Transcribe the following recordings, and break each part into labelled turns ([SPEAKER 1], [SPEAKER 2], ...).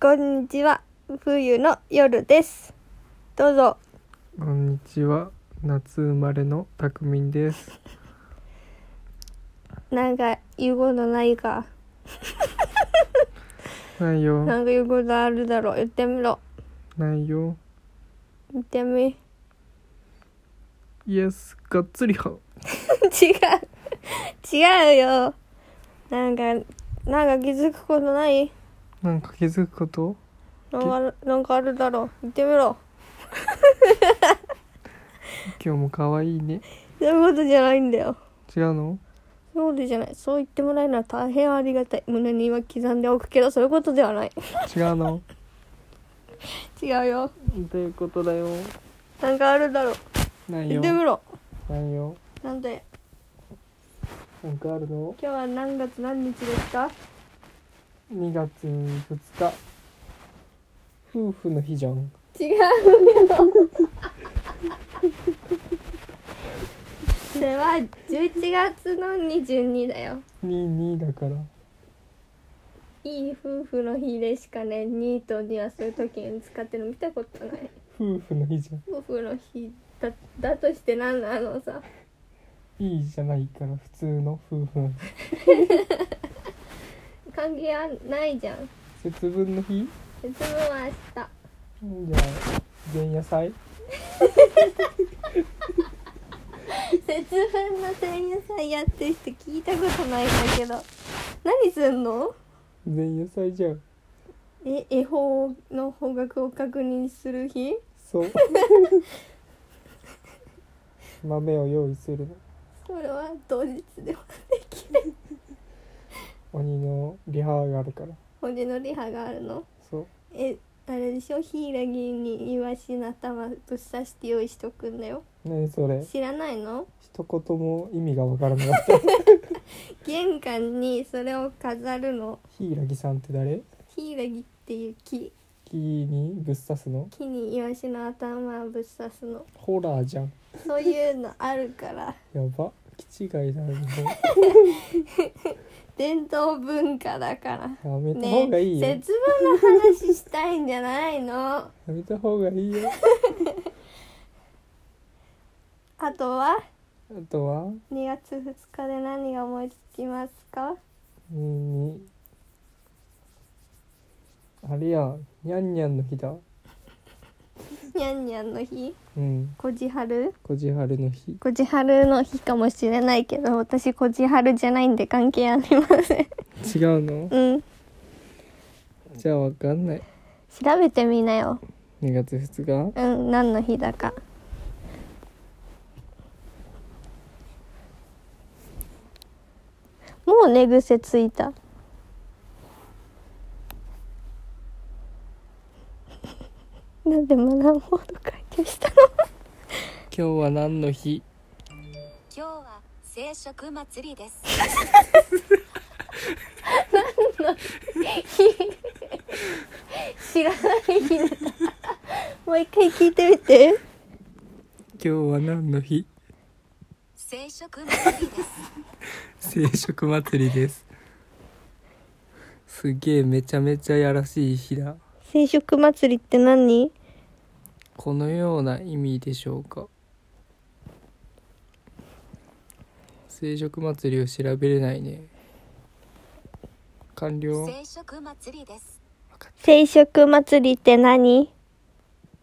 [SPEAKER 1] こんにちは。冬の夜です。どうぞ。
[SPEAKER 2] こんにちは夏生まれのたくみんです
[SPEAKER 1] なんか言うことないか。
[SPEAKER 2] ない よ
[SPEAKER 1] なんか言うことあるだろ。言ってみろ。
[SPEAKER 2] ないよ
[SPEAKER 1] 言ってみ。違う。
[SPEAKER 2] イエスがっつりは
[SPEAKER 1] 違うよ。なんか、なんか気づくことない
[SPEAKER 2] なんか気づくこと
[SPEAKER 1] なんかあるなんかあるだろ。言ってみろ。
[SPEAKER 2] 今日も可愛いね
[SPEAKER 1] そういうことじゃないんだよ。
[SPEAKER 2] 違うの
[SPEAKER 1] そういうことじゃない。そう言ってもらえるのは大変ありがたい。胸に今刻んでおくけど、そういうことではない。
[SPEAKER 2] 違うの
[SPEAKER 1] 違うよ。
[SPEAKER 2] ということだよ
[SPEAKER 1] なんかあるだろ。
[SPEAKER 2] ない
[SPEAKER 1] 言
[SPEAKER 2] よ
[SPEAKER 1] ってみろ。
[SPEAKER 2] ないよ
[SPEAKER 1] なんで、
[SPEAKER 2] なんかあるの
[SPEAKER 1] 今日は何月何日ですか
[SPEAKER 2] 2月2日夫婦の日じゃん
[SPEAKER 1] 違うよ それは11月の22だよ
[SPEAKER 2] 22だから
[SPEAKER 1] いい夫婦の日でしかね2と2はそういう時に使ってるの見たことない
[SPEAKER 2] 夫婦の日じゃん
[SPEAKER 1] 夫婦の日だだとして何なのさ
[SPEAKER 2] いいじゃないから普通の夫婦の日
[SPEAKER 1] 関係あんないじゃん
[SPEAKER 2] 節分の日
[SPEAKER 1] 節分は明日
[SPEAKER 2] じゃあ前夜祭
[SPEAKER 1] 節分の前夜祭やってる人聞いたことないんだけど何すんの
[SPEAKER 2] 前夜祭じゃん
[SPEAKER 1] え絵本の方角を確認する日
[SPEAKER 2] そう豆を用意するの
[SPEAKER 1] それは当日でも
[SPEAKER 2] 鬼のリハがあるから
[SPEAKER 1] 骨のリハがあるの
[SPEAKER 2] そう
[SPEAKER 1] えあれでしょヒイラギにイワシの頭ぶっ刺して用意しとくんだよ
[SPEAKER 2] 何それ
[SPEAKER 1] 知らないの
[SPEAKER 2] 一言も意味がわからな かった
[SPEAKER 1] 玄関にそれを飾るの
[SPEAKER 2] 柊さんって誰
[SPEAKER 1] ヒイラギっていう木
[SPEAKER 2] 木にぶっ刺すの
[SPEAKER 1] 木にイワシの頭ぶっ刺すの
[SPEAKER 2] ホラーじゃん
[SPEAKER 1] そういうのあるから
[SPEAKER 2] やば気違いだよ
[SPEAKER 1] 伝統文化だから
[SPEAKER 2] やめた
[SPEAKER 1] ね
[SPEAKER 2] 方がいいよ、
[SPEAKER 1] 節分の話したいんじゃないの
[SPEAKER 2] やめた方がいいよ
[SPEAKER 1] あとは
[SPEAKER 2] あとは
[SPEAKER 1] 2月2日で何が思いつきますか
[SPEAKER 2] うんにあれやにゃんにゃんの日だ
[SPEAKER 1] にゃんにゃんの日
[SPEAKER 2] うん
[SPEAKER 1] こじはる
[SPEAKER 2] こじはるの日
[SPEAKER 1] こじはるの日かもしれないけど私こじはるじゃないんで関係ありません
[SPEAKER 2] 違うの
[SPEAKER 1] うん
[SPEAKER 2] じゃあわかんない
[SPEAKER 1] 調べてみなよ
[SPEAKER 2] 2月2日
[SPEAKER 1] うん何の日だかもう寝癖ついた なんでマナーモード解禁したの
[SPEAKER 2] 今日は何の日
[SPEAKER 3] 今日は聖職祭りです。
[SPEAKER 1] 知らない日だもう一回聞いてみて
[SPEAKER 2] 今日は何の日
[SPEAKER 3] 聖職祭りです。
[SPEAKER 2] 聖職祭りですすげえめちゃめちゃやらしい日だ
[SPEAKER 1] 聖職祭りって何
[SPEAKER 2] このような意味でしょうか聖職祭りを調べれないね完了
[SPEAKER 3] 聖職祭りです。
[SPEAKER 1] 聖職祭りって何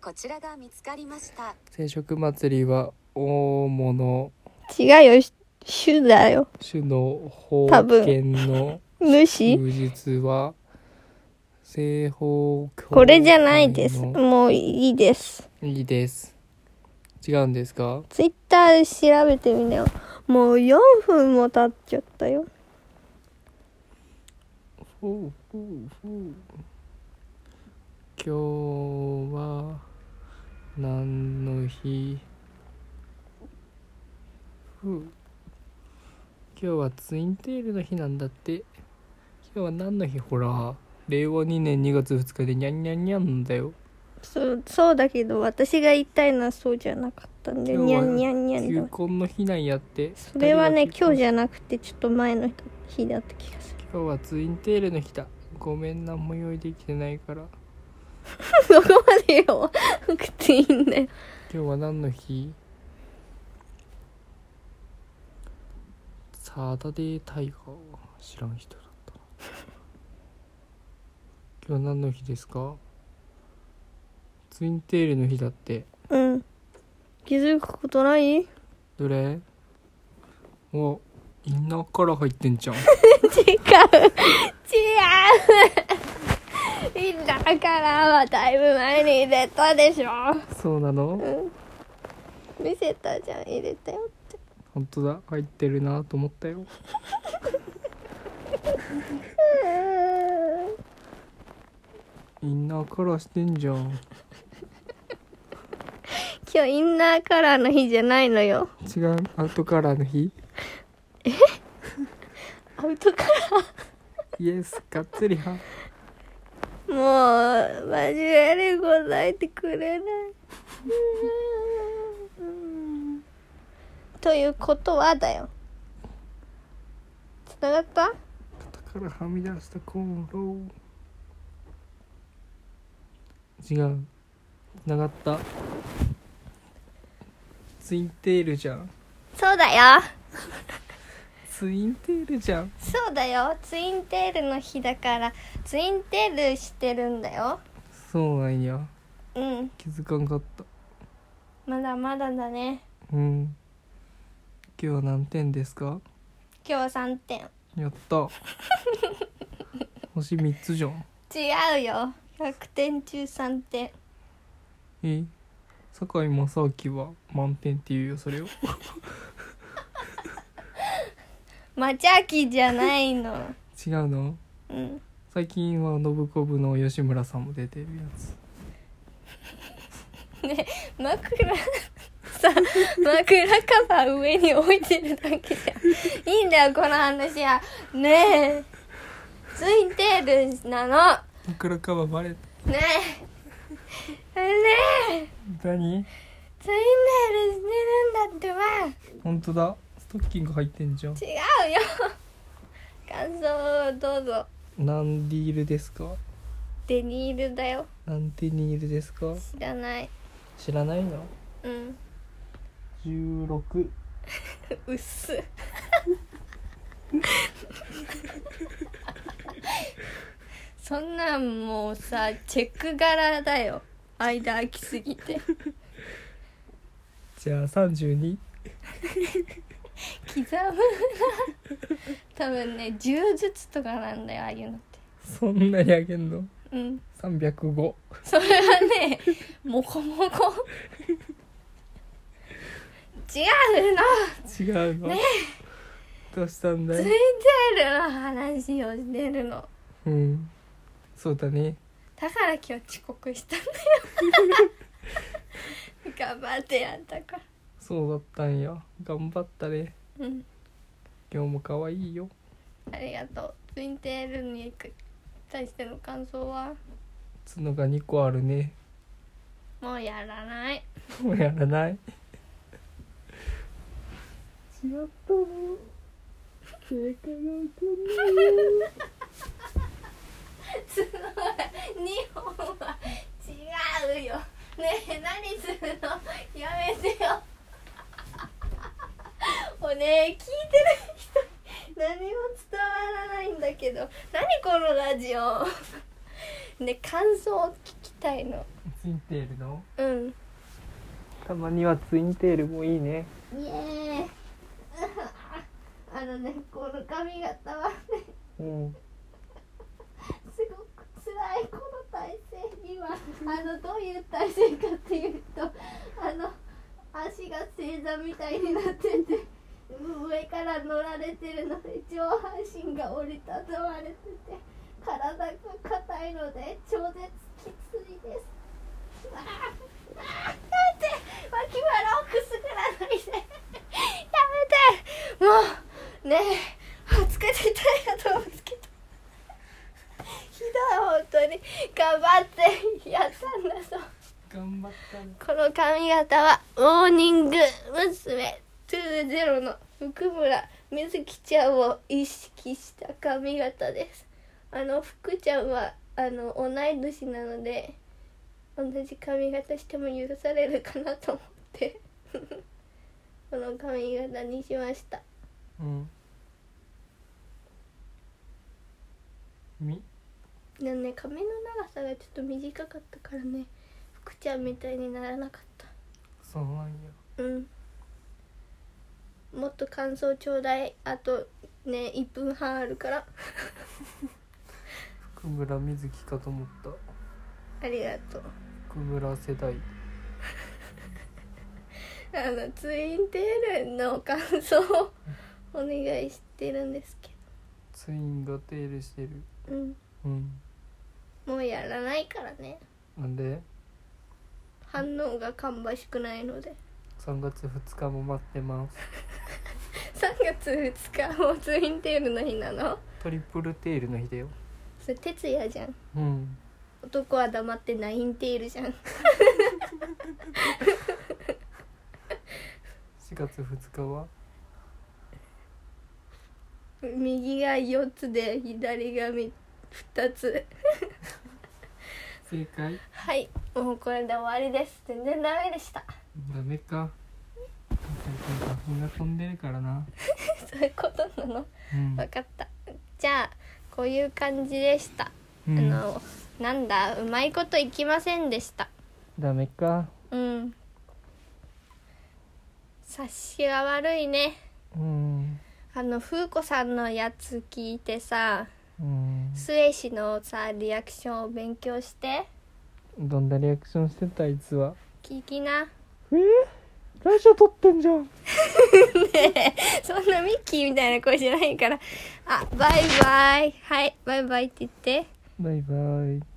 [SPEAKER 3] こちらが見つかりました。
[SPEAKER 2] 聖職祭りは大物
[SPEAKER 1] 違うよし主だよ
[SPEAKER 2] 種の封
[SPEAKER 1] 多分
[SPEAKER 2] 建の
[SPEAKER 1] 主
[SPEAKER 2] 休日は西方教
[SPEAKER 1] これじゃないです
[SPEAKER 2] 会の
[SPEAKER 1] もういいです
[SPEAKER 2] いいです。違うんですか
[SPEAKER 1] ツイッターで調べてみなよもう4分も経っちゃったよ
[SPEAKER 2] ほうほう今日は何の日ふう今日はツインテールの日なんだって。今日は何の日ほら。令和2年2月2日でにゃんにゃんにゃんだよ。
[SPEAKER 1] そうそうだけど私が言いたいのはそうじゃなかったんで
[SPEAKER 2] 今日
[SPEAKER 1] にゃ
[SPEAKER 2] は
[SPEAKER 1] んにゃんにゃんだ
[SPEAKER 2] 求
[SPEAKER 1] わ
[SPEAKER 2] 婚の日なんやって。
[SPEAKER 1] それはね
[SPEAKER 2] 二人
[SPEAKER 1] 今
[SPEAKER 2] は
[SPEAKER 1] 日じゃなくてちょっと前の日だった気がする
[SPEAKER 2] 今日はツインテールの日だごめん何も用意できてないから
[SPEAKER 1] そこまでよ送っていいんだよ
[SPEAKER 2] 今日は何の日サタデータイガー知らん人だった な今日何の日ですかツインテールの日だって
[SPEAKER 1] うん気づくことない
[SPEAKER 2] どれおインナーから入ってんじゃん
[SPEAKER 1] 違う違ういんだからはだいぶ前に入れたでしょ
[SPEAKER 2] そうなの
[SPEAKER 1] 見せたじゃん入れたよって
[SPEAKER 2] 本当だ入ってるなと思ったよインナーからしてんじゃん
[SPEAKER 1] 今日インナーカラーの日じゃないのよ
[SPEAKER 2] 違うアウトカラーの日
[SPEAKER 1] アウトカラ
[SPEAKER 2] イエスがっつりは
[SPEAKER 1] ーもう真面目に答えてくれないうんということはだよつながった
[SPEAKER 2] 肩からはみ出したコンロ違うつながったツインテールじゃん
[SPEAKER 1] そうだよ
[SPEAKER 2] ツインテールじゃん
[SPEAKER 1] そうだよツインテールの日だからツインテールしてるんだよ
[SPEAKER 2] そうなんや
[SPEAKER 1] うん
[SPEAKER 2] 気づかんかった
[SPEAKER 1] まだまだだね
[SPEAKER 2] うん今日は何点ですか
[SPEAKER 1] 今日3点
[SPEAKER 2] やった星3つじゃん
[SPEAKER 1] 違うよ100点中3点
[SPEAKER 2] え酒井正明は満点って言うよそれを
[SPEAKER 1] マチャキじゃないの
[SPEAKER 2] 違うの
[SPEAKER 1] うん
[SPEAKER 2] 最近は信子部の吉村さんも出てるやつ
[SPEAKER 1] 枕さ枕カバー上に置いてるだけじゃんいいんだよこの話はねえツインテールなの
[SPEAKER 2] 枕カバーバレ
[SPEAKER 1] ねえねえツイ
[SPEAKER 2] 何
[SPEAKER 1] ンテールしてるんだってば
[SPEAKER 2] 本当だストッキング入ってんじゃん
[SPEAKER 1] 違うよ 感想をどうぞ
[SPEAKER 2] 何リールですか
[SPEAKER 1] デニールだよ
[SPEAKER 2] 何てニールですか
[SPEAKER 1] 知らない
[SPEAKER 2] 知らないの
[SPEAKER 1] うん
[SPEAKER 2] 16
[SPEAKER 1] うっす そんなんもうさチェック柄だよ間空きすぎて
[SPEAKER 2] じゃあ32
[SPEAKER 1] 刻む な多分ね10ずつとかなんだよああいうのっ
[SPEAKER 2] そんなにあげんの
[SPEAKER 1] てうん
[SPEAKER 2] 305
[SPEAKER 1] それはねもこもこ違うの
[SPEAKER 2] 違うの、どうしたんだ
[SPEAKER 1] ツイン
[SPEAKER 2] い
[SPEAKER 1] テールの話をしてるの
[SPEAKER 2] うんそうだね
[SPEAKER 1] だから今日遅刻したんだよ頑張ってやったか
[SPEAKER 2] そうだったんや頑張ったね
[SPEAKER 1] らうん
[SPEAKER 2] 今日も可愛いよ
[SPEAKER 1] ありがとうツインテールに対しての感想は
[SPEAKER 2] 角が2個あるね
[SPEAKER 1] もうやらない
[SPEAKER 2] もうやらない違ったの正解が分かんない
[SPEAKER 1] すごい2本は違うよねえ何するのやめてよ もうね聞いてる人何も伝わらないんだけど何このラジオ ね感想を聞きたいの
[SPEAKER 2] ツインテールの
[SPEAKER 1] うん
[SPEAKER 2] たまにはツインテールもいいね
[SPEAKER 1] イエーイ あのねこの髪型はね
[SPEAKER 2] うん
[SPEAKER 1] すごく辛いこの体勢にはあのどういう体勢かっていうとあの足が正座みたいになってて上から乗られてるので上半身が折りたたまれてて体が硬いので超絶きついです。あーあーやめて脇腹をくすぐらないでやめてもうねえあつけて痛いやとつけてひどい本当に頑張ってやったんだぞ
[SPEAKER 2] 頑張った
[SPEAKER 1] この髪型はモーニング娘。20の福村瑞希ちゃんを意識した髪型ですあの福ちゃんはあの同い年なので同じ髪型しても許されるかなと思って この髪型にしました
[SPEAKER 2] うんみ
[SPEAKER 1] でもね髪の長さがちょっと短かったからね福ちゃんみたいにならなかっ
[SPEAKER 2] そうなんや
[SPEAKER 1] たうんもっと感想ちょうだいあとね1分半あるから
[SPEAKER 2] 福村瑞希かと思った
[SPEAKER 1] ありがとう
[SPEAKER 2] 福村世代
[SPEAKER 1] あのツインテールの感想をお願いしてるんですけ
[SPEAKER 2] ツインがテールしてる
[SPEAKER 1] ど、うん、
[SPEAKER 2] うん
[SPEAKER 1] もうやらないからね
[SPEAKER 2] なんで
[SPEAKER 1] 反応が芳しくないので
[SPEAKER 2] 3月2日も待ってます
[SPEAKER 1] 3月2日もツインテールの日なの
[SPEAKER 2] トリプルテールの日だよ
[SPEAKER 1] それ哲也じゃん
[SPEAKER 2] うん
[SPEAKER 1] 男は黙ってナインテールじゃん
[SPEAKER 2] 4月2日は
[SPEAKER 1] 右が4つで左が2つ
[SPEAKER 2] 正解
[SPEAKER 1] はいもうこれで終わりです全然ダメでした
[SPEAKER 2] ダメか花粉が飛んでるからな
[SPEAKER 1] そういうことなの
[SPEAKER 2] うん
[SPEAKER 1] 分かったじゃあこういう感じでした、
[SPEAKER 2] うん
[SPEAKER 1] あのなんだうまいこといきませんでした
[SPEAKER 2] ダメか
[SPEAKER 1] うん察しが悪いね
[SPEAKER 2] うん
[SPEAKER 1] あの風子さんのやつ聞いてさ
[SPEAKER 2] うん
[SPEAKER 1] 末氏のさリアクションを勉強して
[SPEAKER 2] どんなリアクションしてたあいつは
[SPEAKER 1] 聞きな
[SPEAKER 2] えー、ラジオ撮ってんじゃん
[SPEAKER 1] そんなミッキーみたいな声じゃないからあバイバイはいバイバイって言って
[SPEAKER 2] バイバイ